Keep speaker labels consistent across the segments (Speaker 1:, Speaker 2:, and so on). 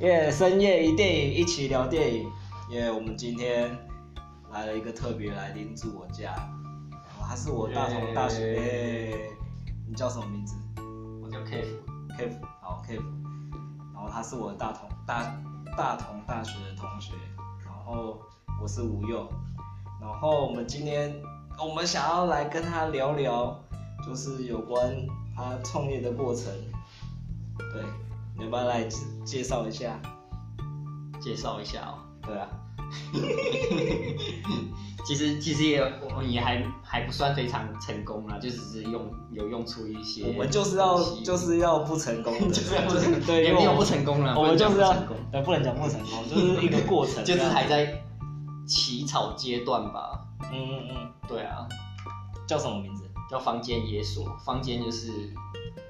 Speaker 1: 耶、深夜一电影，一起聊电影。耶、我们今天来了一个特别来宾住我家，然后他是我大同大学。
Speaker 2: 耶
Speaker 1: 耶你叫什么名字
Speaker 2: 我叫 K，
Speaker 1: ？Kev，好 Kev。然后他是我大同大大同大学的同学，然后我是吴佑。然后我们今天哦我们想要来跟他聊聊，就是有关他创业的过程。对，你要不要来介介绍一下？
Speaker 2: 介绍一下哦。
Speaker 1: 对啊，
Speaker 2: 其实其实也我也还还不算非常成功啦，就只是用有用出一些
Speaker 1: 我们就是要
Speaker 2: 东西
Speaker 1: 就是要不成功的，
Speaker 2: 就是要不
Speaker 1: 就是对，
Speaker 2: 也
Speaker 1: 因
Speaker 2: 没
Speaker 1: 为
Speaker 2: 有
Speaker 1: 我
Speaker 2: 不成功了，
Speaker 1: 我们就是
Speaker 2: 不能
Speaker 1: 要
Speaker 2: 讲不成功，
Speaker 1: 对，不能讲不成功，就是一个过 程，
Speaker 2: 就是
Speaker 1: 这样
Speaker 2: 还在起草阶段吧。
Speaker 1: 嗯嗯嗯，
Speaker 2: 对啊，
Speaker 1: 叫什么名字？
Speaker 2: 叫房间野所，房间就是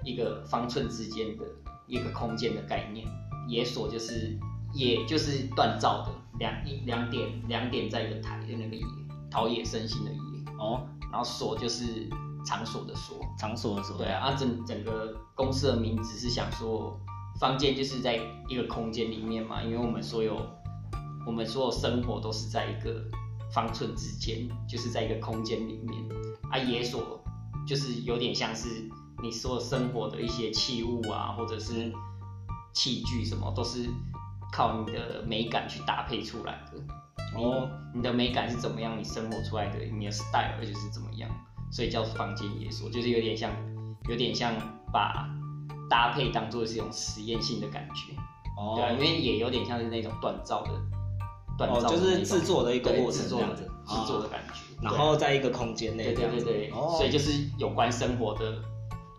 Speaker 2: 一个方寸之间的一个空间的概念，野所就是野就是锻造的两一两点两点在一个台的那个野，陶冶身心的野。
Speaker 1: 哦，
Speaker 2: 然后所就是场所的所。
Speaker 1: 场所的所
Speaker 2: 对，啊，啊整整个公司的名字是想说，房间就是在一个空间里面嘛，因为我们所有我们所有生活都是在一个方寸之间，就是在一个空间里面。啊，野所就是有点像是你所有生活的一些器物啊，或者是器具什么，都是靠你的美感去搭配出来的。
Speaker 1: 哦，
Speaker 2: 你的美感是怎么样，你生活出来的，你的 style 就是怎么样，所以叫房间野说，就是有点像，有点像把搭配当做是一种实验性的感觉，
Speaker 1: 哦，
Speaker 2: 对、啊，因为也有点像是那种锻造的，锻
Speaker 1: 哦，
Speaker 2: 造的那种、
Speaker 1: 就是制作的一个
Speaker 2: 对
Speaker 1: 过
Speaker 2: 制
Speaker 1: 程这
Speaker 2: 作
Speaker 1: 样
Speaker 2: 的
Speaker 1: 子，啊
Speaker 2: 制作的感觉，
Speaker 1: 然
Speaker 2: 啊
Speaker 1: 后在一个空间内这
Speaker 2: 对对
Speaker 1: 样
Speaker 2: 对
Speaker 1: 子，
Speaker 2: 对对，
Speaker 1: 哦，
Speaker 2: 所以就是有关生活的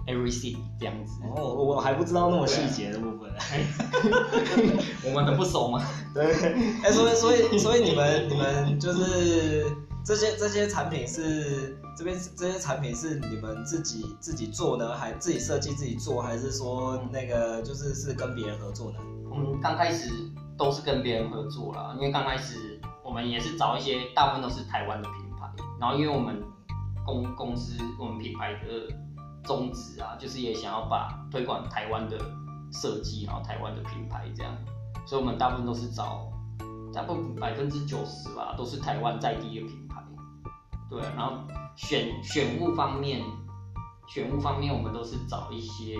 Speaker 2: everything 这样子，
Speaker 1: 哦，我还不知道那么细节的部
Speaker 2: 啊
Speaker 1: 分，
Speaker 2: 我们很不熟吗？
Speaker 1: 对， 哎，所以所 以所以你们你们就是这些这些产品是这边是这些产品是你们自己自己做呢，还自己设计自己做，还是说那个就是是跟别人合作呢？
Speaker 2: 我们刚开始都是跟别人合作啦，因为刚开始我们也是找一些大部分都是台湾的品牌，然后因为我们公公司我们品牌的宗旨啊，就是也想要把推广台湾的设计，然后台湾的品牌这样，所以我们大部分都是找大部分百分之九十吧，都是台湾在地的品牌。对，啊然后选选物方面，选物方面我们都是找一些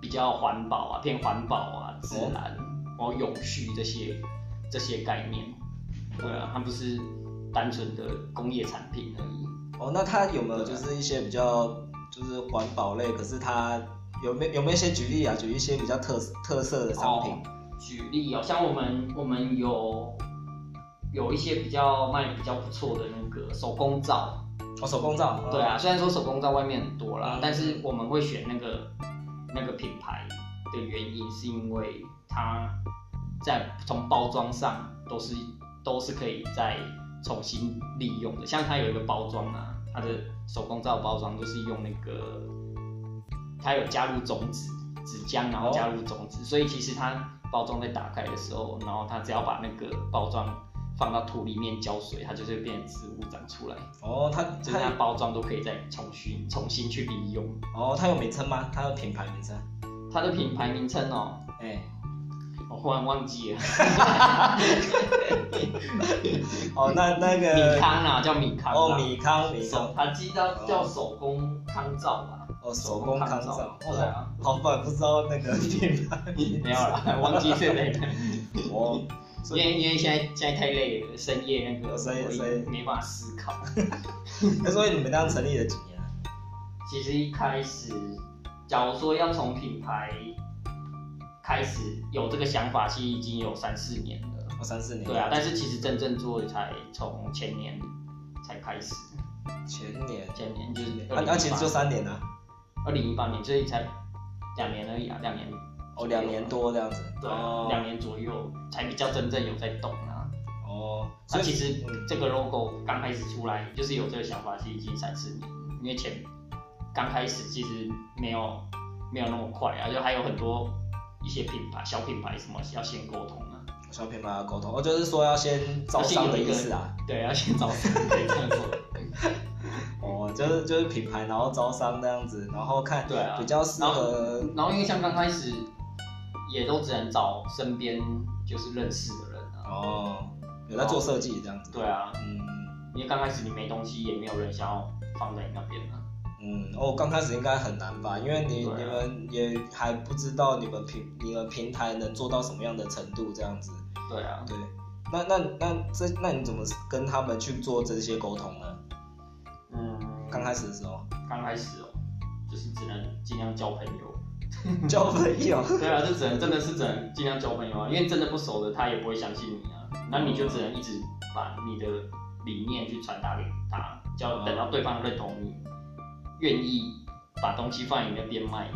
Speaker 2: 比较环保啊、偏环保啊、自然、然后永续这些这些概念。对啊，它不是单纯的工业产品而已。
Speaker 1: 哦，那它有没有就是一些比较就是环保类，可是它有没有没有一些举例啊？举一些比较特特色的商品？
Speaker 2: 哦举例哦，像我们我们有有一些比较卖比较不错的那个手工皂，
Speaker 1: 哦，手工皂。
Speaker 2: 对啊，虽然说手工在外面很多啦，
Speaker 1: 嗯
Speaker 2: 但是我们会选那个那个品牌的原因，是因为它在从包装上都是都是可以再重新利用的。像它有一个包装啊，它的手工皂包装就是用那个它有加入种子纸浆，然后加入种子，所以其实它包装在打开的时候，然后它只要把那个包装放到土里面浇水，它就会变成植物长出来。
Speaker 1: 哦，它
Speaker 2: 就是它
Speaker 1: 它
Speaker 2: 包装都可以再重新重新去利用。
Speaker 1: 哦，它有名称吗？它的品牌名称？
Speaker 2: 它的品牌名称哦，
Speaker 1: 哎、
Speaker 2: 我忽然忘 记了，
Speaker 1: 哦，那那
Speaker 2: 米
Speaker 1: 个
Speaker 2: 康啊，叫米康啊。
Speaker 1: 哦，米康米
Speaker 2: 手
Speaker 1: 康，
Speaker 2: 它记到叫手工康皂吧？
Speaker 1: 哦，手工康皂，哦
Speaker 2: 对啊，
Speaker 1: 好不不知道那 个品牌名字
Speaker 2: 没有啦， 忘记这类 了。
Speaker 1: 哦，
Speaker 2: 因为因为现在现在太累了，深夜那个
Speaker 1: 深夜深夜
Speaker 2: 我没办法 思考。
Speaker 1: 那所以你们这样成立了几年啊？
Speaker 2: 其实一开始，假如说要从品牌开始有这个想法，其实已经有三四年了。
Speaker 1: 哦，三四年。
Speaker 2: 对啊，，但是其实真正做才从前年才开始，
Speaker 1: 前年。
Speaker 2: 前年就是
Speaker 1: 那、啊、那、其实就三年啊，
Speaker 2: 二零一八年，所以才两年而已啊，两年
Speaker 1: 哦，两年多这样子。
Speaker 2: 对啊，
Speaker 1: 哦
Speaker 2: 两、年左右才比较真正有在动啊。
Speaker 1: 哦，所
Speaker 2: 那、
Speaker 1: 以
Speaker 2: 其实
Speaker 1: 嗯
Speaker 2: 这个 logo 刚开始出来，就是有这个想法，其实已经三四年，因为前刚开始其实没有没有那么快啊，就还有很多一些品牌小品牌什么要先沟通啊。
Speaker 1: 小品牌的沟通，哦，就是说要先招商的意思啊。
Speaker 2: 对，要先找谁可以这样做。
Speaker 1: 哦，就是就是品牌，然后招商这样子，然后看
Speaker 2: 对啊
Speaker 1: 比较适
Speaker 2: 然后
Speaker 1: 合
Speaker 2: 然后因为像刚开始也都只能找身边就是认识的人啊。
Speaker 1: 哦，有在做设计这样子。
Speaker 2: 对啊，
Speaker 1: 嗯
Speaker 2: 因为刚开始你没东西，也没有人想要放在你那边啊。
Speaker 1: 嗯，哦，刚开始应该很难吧，因为你、
Speaker 2: 对啊
Speaker 1: 你们也还不知道你们平你们平台能做到什么样的程度这样子。
Speaker 2: 对啊，
Speaker 1: 对，那那那这那你怎么跟他们去做这些沟通呢？
Speaker 2: 嗯，
Speaker 1: 刚开始的时候
Speaker 2: 刚开始哦，就是只能尽量交朋友。
Speaker 1: 交朋友，
Speaker 2: 对啊，就只能真的是只能尽量交朋友啊，因为真的不熟的他也不会相信你啊，那你就只能一直把你的理念去传达给他，叫等到对方认同你，愿意把东西放在你那边卖，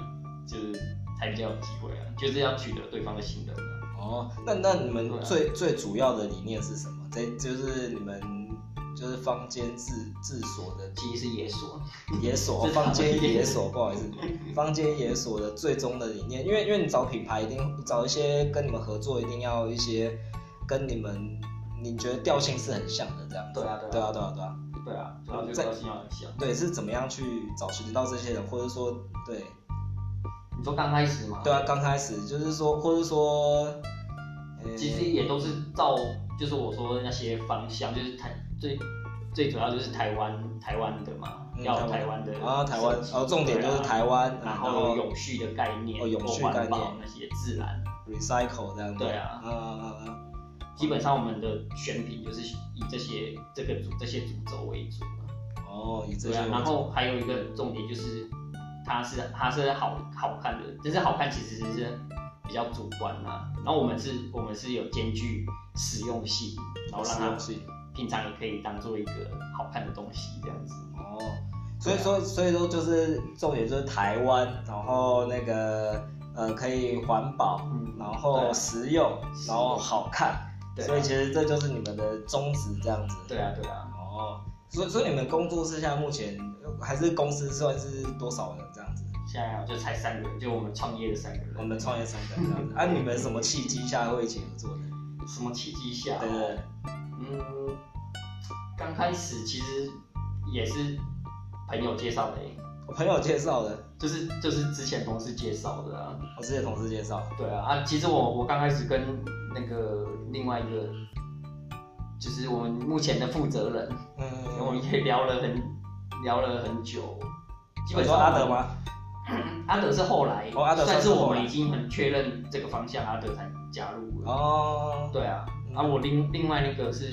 Speaker 2: 就是才比较有机会啊，就是要取得对方的信任啊。
Speaker 1: 哦，那那你们
Speaker 2: 对啊
Speaker 1: 最、最主要的理念是什么？这就是你们就是坊间自自所的
Speaker 2: 其实是野所，
Speaker 1: 野所，哦
Speaker 2: 这是
Speaker 1: 坊间
Speaker 2: 哪里
Speaker 1: 野所，不好意思， 坊间野所的最终的理念，因为因为你找品牌一定找一些跟你们合作，一定要一些跟你们你觉得调性是很像的这样子。
Speaker 2: 对啊对啊
Speaker 1: 对啊，对啊，对啊，
Speaker 2: 对啊，主要就是个性要很像。
Speaker 1: 对，是怎么样去找寻到这些人，或者说对
Speaker 2: 你说刚开始嘛，
Speaker 1: 对啊，刚开始就是说，或者说，呃
Speaker 2: 其实也都是照，就是我说的那些方向，就是台最最主要就是台湾台湾的嘛，
Speaker 1: 嗯
Speaker 2: 要有台湾的
Speaker 1: 啊，台湾
Speaker 2: 设计
Speaker 1: 哦，重点就是台湾，
Speaker 2: 对
Speaker 1: 然
Speaker 2: 啊然后
Speaker 1: 后
Speaker 2: 有永续的概念，
Speaker 1: 哦永续
Speaker 2: 多环
Speaker 1: 概念
Speaker 2: 保那些自然，
Speaker 1: recycle 这样子。
Speaker 2: 对啊
Speaker 1: 啊啊啊
Speaker 2: 基本上我们的选品就是以这些这个主这些主轴为主嘛，
Speaker 1: 哦，以这
Speaker 2: 对
Speaker 1: 些
Speaker 2: 啊
Speaker 1: 为，
Speaker 2: 然
Speaker 1: 主
Speaker 2: 后还有一个重点就是它是它是好好看的，但是好看其实是比较主观啦、然后我们是我们是有兼具实用性，然后让
Speaker 1: 实
Speaker 2: 它
Speaker 1: 用性
Speaker 2: 平常也可以当做一个好看的东西这样子。
Speaker 1: 哦，所以说，所以说就是重点就是台湾，然后那个呃可以环保，
Speaker 2: 嗯
Speaker 1: 然后实用，
Speaker 2: 实
Speaker 1: 然
Speaker 2: 用
Speaker 1: 后好看，
Speaker 2: 对啊
Speaker 1: 所以其实这就是你们的宗旨这样子。
Speaker 2: 对啊，对啊，
Speaker 1: 哦，所以所以你们工作室现在目前还是公司算是多少人这样子？
Speaker 2: 现在就才三个人，就我们创业的三个人。
Speaker 1: 我们创业三
Speaker 2: 嗯
Speaker 1: 个人这样子。啊，你们什么契机下会一起合作呢？
Speaker 2: 什么契机下？
Speaker 1: 对对对，
Speaker 2: 嗯，刚开始其实也是朋友介绍的欸耶，
Speaker 1: 我朋友介绍的，
Speaker 2: 就是就是之前同事介绍的啊。
Speaker 1: 我之前同事介绍。
Speaker 2: 对啊，啊，其实我我刚开始跟那个另外一个，就是我们目前的负责人，我
Speaker 1: 嗯，
Speaker 2: 们也聊了很聊了很久，基
Speaker 1: 你
Speaker 2: 本
Speaker 1: 说
Speaker 2: 上
Speaker 1: 阿德吗？
Speaker 2: 阿德是后来，
Speaker 1: 哦阿德算
Speaker 2: 算
Speaker 1: 是
Speaker 2: 是
Speaker 1: 后来
Speaker 2: 我们已经很确认这个方向，阿德才加入了。
Speaker 1: 哦，
Speaker 2: 对啊，啊，我另另外那个是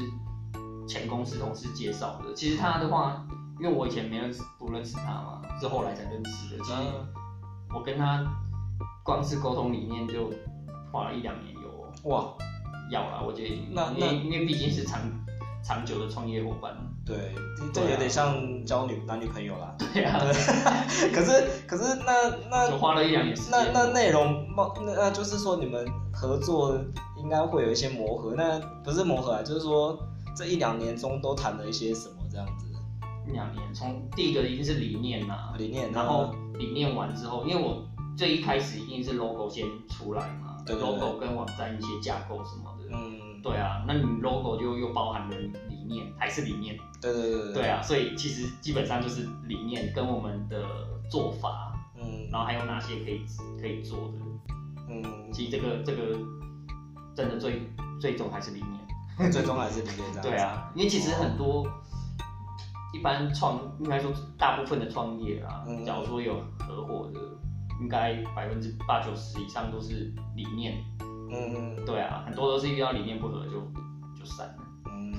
Speaker 2: 前公司同事介绍的。其实他的话，因为我以前没认识不认识他嘛，是后来才认识的。其实
Speaker 1: 嗯
Speaker 2: 我跟他光是沟通理念就花了一两年有哦
Speaker 1: 哇，
Speaker 2: 要啦，我觉得
Speaker 1: 那
Speaker 2: 因为因为毕竟是长长久的创业伙 伴，
Speaker 1: 对，这
Speaker 2: 对啊
Speaker 1: 有点像交女男女朋友啦。
Speaker 2: 对啊，
Speaker 1: 可是可是那
Speaker 2: 就
Speaker 1: 那
Speaker 2: 花了一两年时间。
Speaker 1: 那那内容貌那那就是说你们合作应该会有一些磨合，那不是磨合啊，就是说这一两年中都谈了一些什么这样子
Speaker 2: 一两年，从第一个一定是理念啊呐、
Speaker 1: 理念，啊
Speaker 2: 然后
Speaker 1: 嗯
Speaker 2: 理念完之后，因为我最一开始一定是 logo 先出来嘛
Speaker 1: 对对对
Speaker 2: l o g o 跟网站一些架构什么的。
Speaker 1: 嗯，
Speaker 2: 对啊，那你 logo 就又包含了理念，还是理念。
Speaker 1: 对对对对
Speaker 2: 对，啊，所以其实基本上就是理念跟我们的做法，
Speaker 1: 嗯
Speaker 2: 然后还有哪些可以可以做的。
Speaker 1: 嗯，
Speaker 2: 其实这个这个真的最最终还是理念。
Speaker 1: 最终还是理念这样子。
Speaker 2: 对，啊，因为其实很多一般创，应该说大部分的创业啊，
Speaker 1: 嗯
Speaker 2: 假如说有合伙的，应该百分之八九十以上都是理念。
Speaker 1: 嗯嗯
Speaker 2: 对啊，很多都是遇到理念不合就就散了。
Speaker 1: 嗯，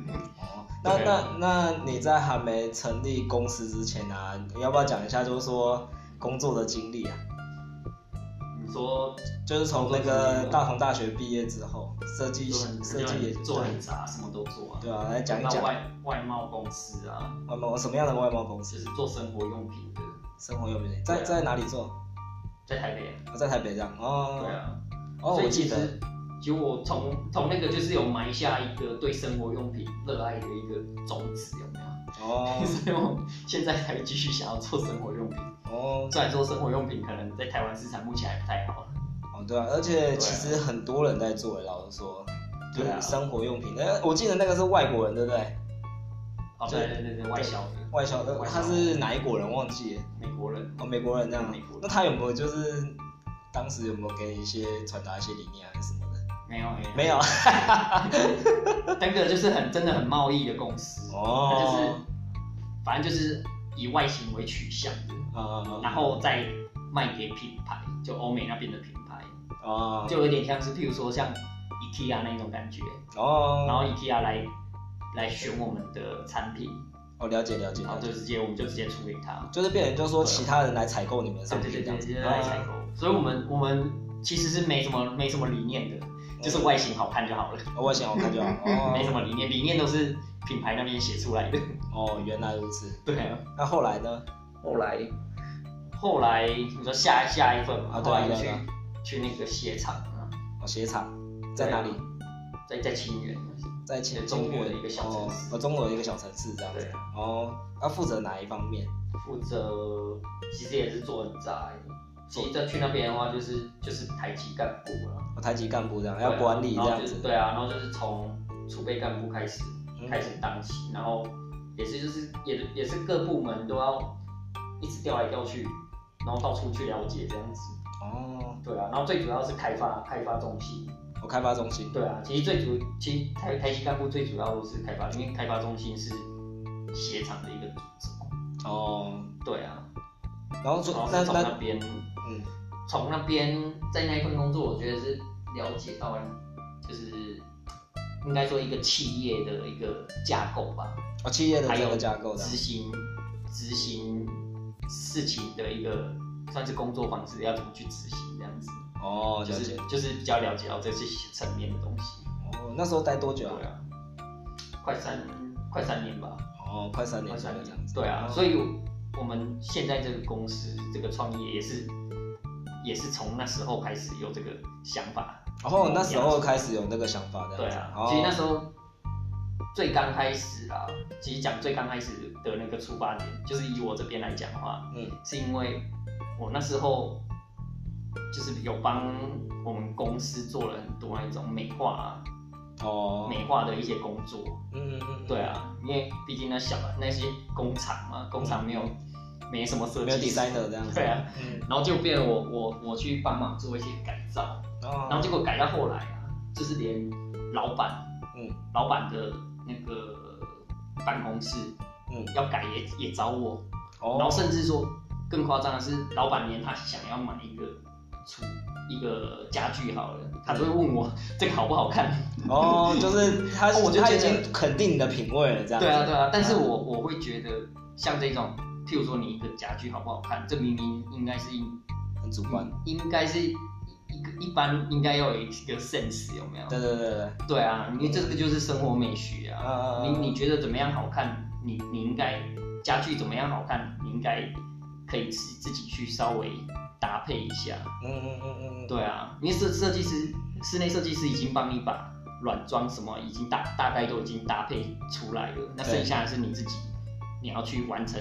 Speaker 1: 哦，那
Speaker 2: 对
Speaker 1: 那那你在还没成立公司之前啊，你要不要讲一下，就是说工作的经历啊？
Speaker 2: 你说
Speaker 1: 嗯就是从那个大同大学毕业之后，设计
Speaker 2: 做很
Speaker 1: 设计也
Speaker 2: 做很杂，什么都做啊。
Speaker 1: 对啊，来讲一
Speaker 2: 那
Speaker 1: 讲
Speaker 2: 外外贸公司啊，
Speaker 1: 外贸什么样的外贸公司，
Speaker 2: 就是做生活用品的，
Speaker 1: 生活用品，在
Speaker 2: 对啊
Speaker 1: 在哪里做？
Speaker 2: 在台北啊。
Speaker 1: 啊在台北这样哦
Speaker 2: 对。啊，
Speaker 1: 哦，我
Speaker 2: 所以其
Speaker 1: 记
Speaker 2: 实
Speaker 1: 得，
Speaker 2: 就我从从那个就是有埋下一个对生活用品热爱的一个种子，有没有？
Speaker 1: 哦
Speaker 2: 所以我现在还继续想要做生活用品。
Speaker 1: 哦
Speaker 2: 虽然说生活用品可能在台湾市场目前还不太好，
Speaker 1: 哦，对啊，而且其实很多人在做，欸老实说，就
Speaker 2: 对啊
Speaker 1: 是生活用品。呃，我记得那个是外国人，对不对？
Speaker 2: 哦，对对对对，外销的
Speaker 1: 外销，呃
Speaker 2: 外销
Speaker 1: 他是哪一国人忘记了？
Speaker 2: 美国人，
Speaker 1: 哦哦，美国人这样
Speaker 2: 美国。人
Speaker 1: 那他有没有就是当时有没有给你一些传达一些理念啊还是什么的？
Speaker 2: 没有没有
Speaker 1: 没有，
Speaker 2: 登哥就是很真的很贸易的公司，它就是
Speaker 1: 哦，
Speaker 2: 反正就是以外形为取向的，
Speaker 1: 啊
Speaker 2: 然后再卖给品牌，就欧美那边的品牌，
Speaker 1: 啊，
Speaker 2: 就有点像是譬如说像 IKEA 那种感觉，
Speaker 1: 哦，
Speaker 2: 然后 IKEA 来来选我们的产品，
Speaker 1: 哦，了解了解，
Speaker 2: 然后
Speaker 1: 了解
Speaker 2: 就直接我们就直接出给他，
Speaker 1: 就是变成就说其他人来采购你们的
Speaker 2: 对
Speaker 1: 商
Speaker 2: 对对
Speaker 1: 品这样
Speaker 2: 对，
Speaker 1: 子，啊
Speaker 2: 直接来采购，所以我们我们其实是没什么没什么理念的，就是外形好看就好了，
Speaker 1: 购，我想我 看就好，哦，
Speaker 2: 没什么理念，理念都是品牌那边写出来的，
Speaker 1: 哦，原来如此。
Speaker 2: 对啊。
Speaker 1: 那后来呢？
Speaker 2: 后来，后来你说下下一份嘛，
Speaker 1: 啊对
Speaker 2: 后来就
Speaker 1: 对
Speaker 2: 去
Speaker 1: 啊
Speaker 2: 去那个鞋厂啊，
Speaker 1: 哦，鞋厂在哪里？
Speaker 2: 在在清远，
Speaker 1: 在前
Speaker 2: 中国的一个小城
Speaker 1: 哦
Speaker 2: 市，
Speaker 1: 哦中国的一个小城市这样子
Speaker 2: 对。啊
Speaker 1: 哦，要负责哪一方面？
Speaker 2: 负责其实也是做宅，其实再去那边的话就是就是台籍干部了，
Speaker 1: 哦台级干部这样，
Speaker 2: 对啊
Speaker 1: 要管理这
Speaker 2: 然后
Speaker 1: 样
Speaker 2: 就是
Speaker 1: 子。
Speaker 2: 对啊，然后就是从储备干部开始
Speaker 1: 嗯
Speaker 2: 开始当起，然后也是就是也也是各部门都要一直调来调去，然后到处去了解这样子，
Speaker 1: 哦，
Speaker 2: 对啊，然后最主要是开发开发中心。
Speaker 1: 我开发中心。
Speaker 2: 对啊，其实最主，其实台台西干部最主要都是开发，因为开发中心是鞋厂的一个组织。
Speaker 1: 哦，
Speaker 2: 对啊，
Speaker 1: 然后
Speaker 2: 主
Speaker 1: 说
Speaker 2: 要
Speaker 1: 那
Speaker 2: 是从哦那
Speaker 1: 那
Speaker 2: 边，
Speaker 1: 嗯，
Speaker 2: 从那边在那一份工作，我觉得是了解到，就是应该说一个企业的一个架构吧，
Speaker 1: 哦，企业的
Speaker 2: 还
Speaker 1: 这
Speaker 2: 有
Speaker 1: 个架构这样
Speaker 2: 执。行执行事情的一个算是工作方式，要怎么去执行这样子，
Speaker 1: 哦，
Speaker 2: 就
Speaker 1: 了
Speaker 2: 是
Speaker 1: 解。
Speaker 2: 就是比较了解到这些层面的东西。
Speaker 1: 哦，那时候待多久
Speaker 2: 对
Speaker 1: 啊？
Speaker 2: 啊，快三快三年吧，
Speaker 1: 哦，快三年
Speaker 2: 快
Speaker 1: 左
Speaker 2: 三
Speaker 1: 右这样
Speaker 2: 年。
Speaker 1: 子。
Speaker 2: 对啊，
Speaker 1: 哦
Speaker 2: 所以我们现在这个公司这个创业也是也是从那时候开始有这个想法。
Speaker 1: 哦，那时候开始有那个想法这样子。
Speaker 2: 对啊，
Speaker 1: 哦
Speaker 2: 其实那时候最刚开始啊，其实讲最刚开始的那个出发点，就是以我这边来讲的话，
Speaker 1: 嗯，
Speaker 2: 是因为我那时候就是有帮我们公司做了很多那种美化、啊、
Speaker 1: 哦，
Speaker 2: 美化的一些工作。
Speaker 1: 嗯嗯嗯，
Speaker 2: 对啊，因为毕竟那小那些工厂嘛，工厂没有、没什么
Speaker 1: 嗯，
Speaker 2: 设计师，
Speaker 1: 没有 designer 这样子。
Speaker 2: 对啊，
Speaker 1: 嗯，
Speaker 2: 然后就变成我我我去帮忙做一些改造，
Speaker 1: 哦，
Speaker 2: 然后结果改到后来啊，就是连老板
Speaker 1: 嗯
Speaker 2: 老板的那个办公室
Speaker 1: 嗯，
Speaker 2: 要改也也找我，
Speaker 1: 哦，
Speaker 2: 然后甚至说更夸张的是，老板连他想要买一个厨一个家具好了，他都会问我 这个好不好看。
Speaker 1: 哦，就是他，
Speaker 2: 哦我就觉得
Speaker 1: 他已经肯定你的品味了，这样子。
Speaker 2: 对啊，对啊，但是我我会觉得，像这种，譬如说你一个家具好不好看，这明明应该是一嗯
Speaker 1: 很主观。
Speaker 2: 应该是一一个一般应该要有一个 sense 有没有？
Speaker 1: 对对对对，
Speaker 2: 对啊，因为这个就是生活美学
Speaker 1: 啊
Speaker 2: 啊。
Speaker 1: 啊，
Speaker 2: 你你觉得怎么样好看？你你应该家具怎么样好看？你应该可以自自己去稍微搭配一下。
Speaker 1: 嗯嗯嗯嗯嗯，
Speaker 2: 对啊，因为设设计师室内设计师已经帮你把软装什么已经大大概都已经搭配出来了，那
Speaker 1: 对
Speaker 2: 剩下的是你自己，你要去完成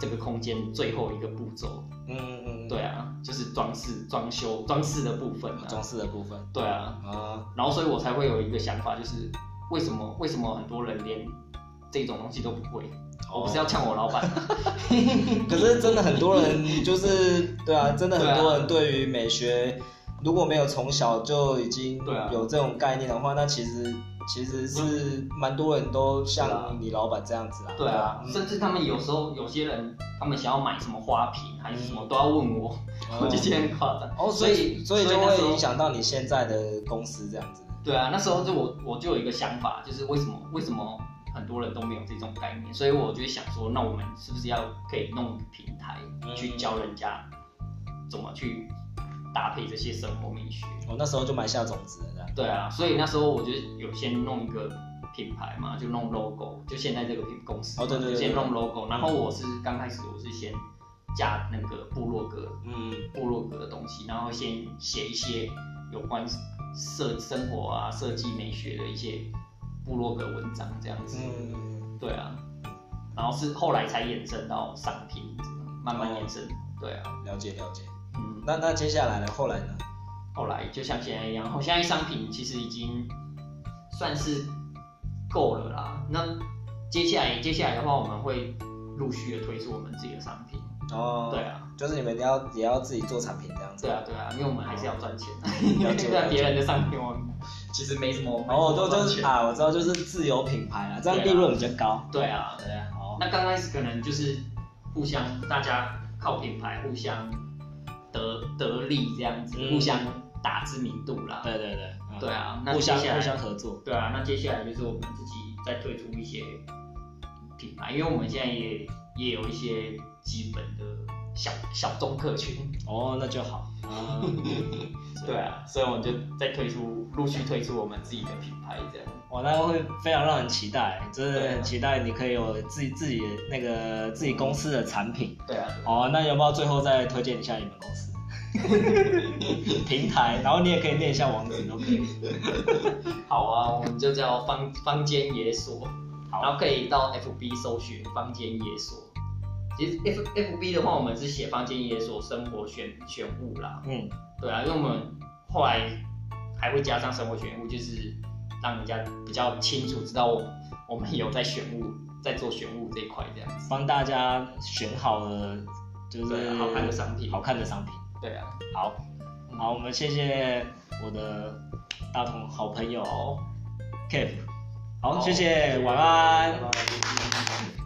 Speaker 2: 这个空间最后一个步骤。
Speaker 1: 嗯嗯嗯，
Speaker 2: 对啊，就是装饰、装修、装饰的部分
Speaker 1: 嗯，
Speaker 2: 啊。
Speaker 1: 装饰的部分
Speaker 2: 对啊，
Speaker 1: 啊，
Speaker 2: 然后所以我才会有一个想法，就是为什么为什么很多人连这种东西都不会？我不是要呛我老板啊，
Speaker 1: 可是真的很多人就是对啊，真的很多人对于美学，如果没有从小就已经
Speaker 2: 对啊
Speaker 1: 有这种概念的话，那其实其实是蛮多人都
Speaker 2: 对啊
Speaker 1: 像你老板这样子啊。
Speaker 2: 对啊，
Speaker 1: 嗯
Speaker 2: 甚至他们有时候有些人他们想要买什么花瓶还是什么都要问我，
Speaker 1: 哦
Speaker 2: 我就觉得很夸张。
Speaker 1: 哦，所以
Speaker 2: 所
Speaker 1: 所
Speaker 2: 以
Speaker 1: 以就
Speaker 2: 那时
Speaker 1: 会
Speaker 2: 候
Speaker 1: 影响到你现在的公司这样子。
Speaker 2: 对啊，那时候就我我就有一个想法，就是为什么为什么很多人都没有这种概念，所以我就想说，那我们是不是要可以弄一个平台
Speaker 1: 嗯
Speaker 2: 去教人家怎么去搭配这些生活美学？
Speaker 1: 我哦那时候就埋下种子了，这样。
Speaker 2: 对啊，所以那时候我就有先弄一个品牌嘛，就弄 logo，就现在这个品公司嘛，
Speaker 1: 哦对对对
Speaker 2: 就先
Speaker 1: 对
Speaker 2: 弄 logo。然后我是刚开始我是先架那个部落格，
Speaker 1: 嗯，
Speaker 2: 部落格的东西，然后先写一些有关设生活啊、设计美学的一些部落格文章这样子。
Speaker 1: 嗯，
Speaker 2: 对啊，然后是后来才衍生到商品，慢
Speaker 1: 哦
Speaker 2: 慢衍生。对啊，
Speaker 1: 了解了解。
Speaker 2: 嗯，
Speaker 1: 那那接下来呢？后来呢？
Speaker 2: 后来就像现在一样，我现在商品其实已经算是够了啦。那接下来接下来的话，我们会陆续的推出我们自己的商品。
Speaker 1: 啊、哦，
Speaker 2: 对，啊，
Speaker 1: 就是你们要也要自己做产品这样子。
Speaker 2: 对啊，对啊，因为我们还是 要赚钱，
Speaker 1: 了解
Speaker 2: 不然别人的商品哦我们
Speaker 3: 其实没什么，
Speaker 1: 然后我
Speaker 3: 没什
Speaker 1: 都
Speaker 3: 么
Speaker 1: 哦就
Speaker 3: 赚
Speaker 1: 是
Speaker 3: 钱
Speaker 1: 啊，我知道就是自有品牌啦，这样
Speaker 2: 对
Speaker 1: 利
Speaker 2: 啊
Speaker 1: 润比较高。
Speaker 2: 对啊，
Speaker 3: 对啊，
Speaker 1: 哦，
Speaker 2: 那刚开始可能就是互相大家靠品牌互相得得利这样子，
Speaker 1: 嗯
Speaker 2: 互相打知名度啦。
Speaker 1: 对对对，嗯
Speaker 2: 对啊那
Speaker 1: 互相
Speaker 2: 接下来
Speaker 1: 互相合作。
Speaker 2: 对啊，那接下来就是我们自己再推出一些品牌，因为我们现在也也有一些基本的小小众客群，
Speaker 1: 哦，那就好。啊
Speaker 2: 对啊，所以我们就再推出陆续推出我们自己的品牌这样。
Speaker 1: 哇，那会非常让人期待，真的
Speaker 2: 对啊
Speaker 1: 很期待你可以有自己自己的那个自己公司的产品。
Speaker 2: 对啊，
Speaker 1: 哦，那有没有最后再推荐一下你们公司 平台？然后你也可以念一下网址都可以。
Speaker 2: 好啊，我们就叫方方间野所，然后可以到 FB 搜寻方间野所。其实 F FB 的话，我们是写方间野所生活选选物啦，
Speaker 1: 嗯，
Speaker 2: 对啊，因为我们后来还会加上生活选物，就是让人家比较清楚知道我我们有在选物，在做选物这一块这样子。
Speaker 1: 帮大家选好了，就是
Speaker 2: 对啊好看的商品
Speaker 1: 好看的商品。
Speaker 2: 对啊，
Speaker 1: 好，好，我们谢谢我的大同好朋友 Kev。好，
Speaker 2: 好
Speaker 1: 谢谢，晚
Speaker 2: 拜
Speaker 1: 安。
Speaker 2: 拜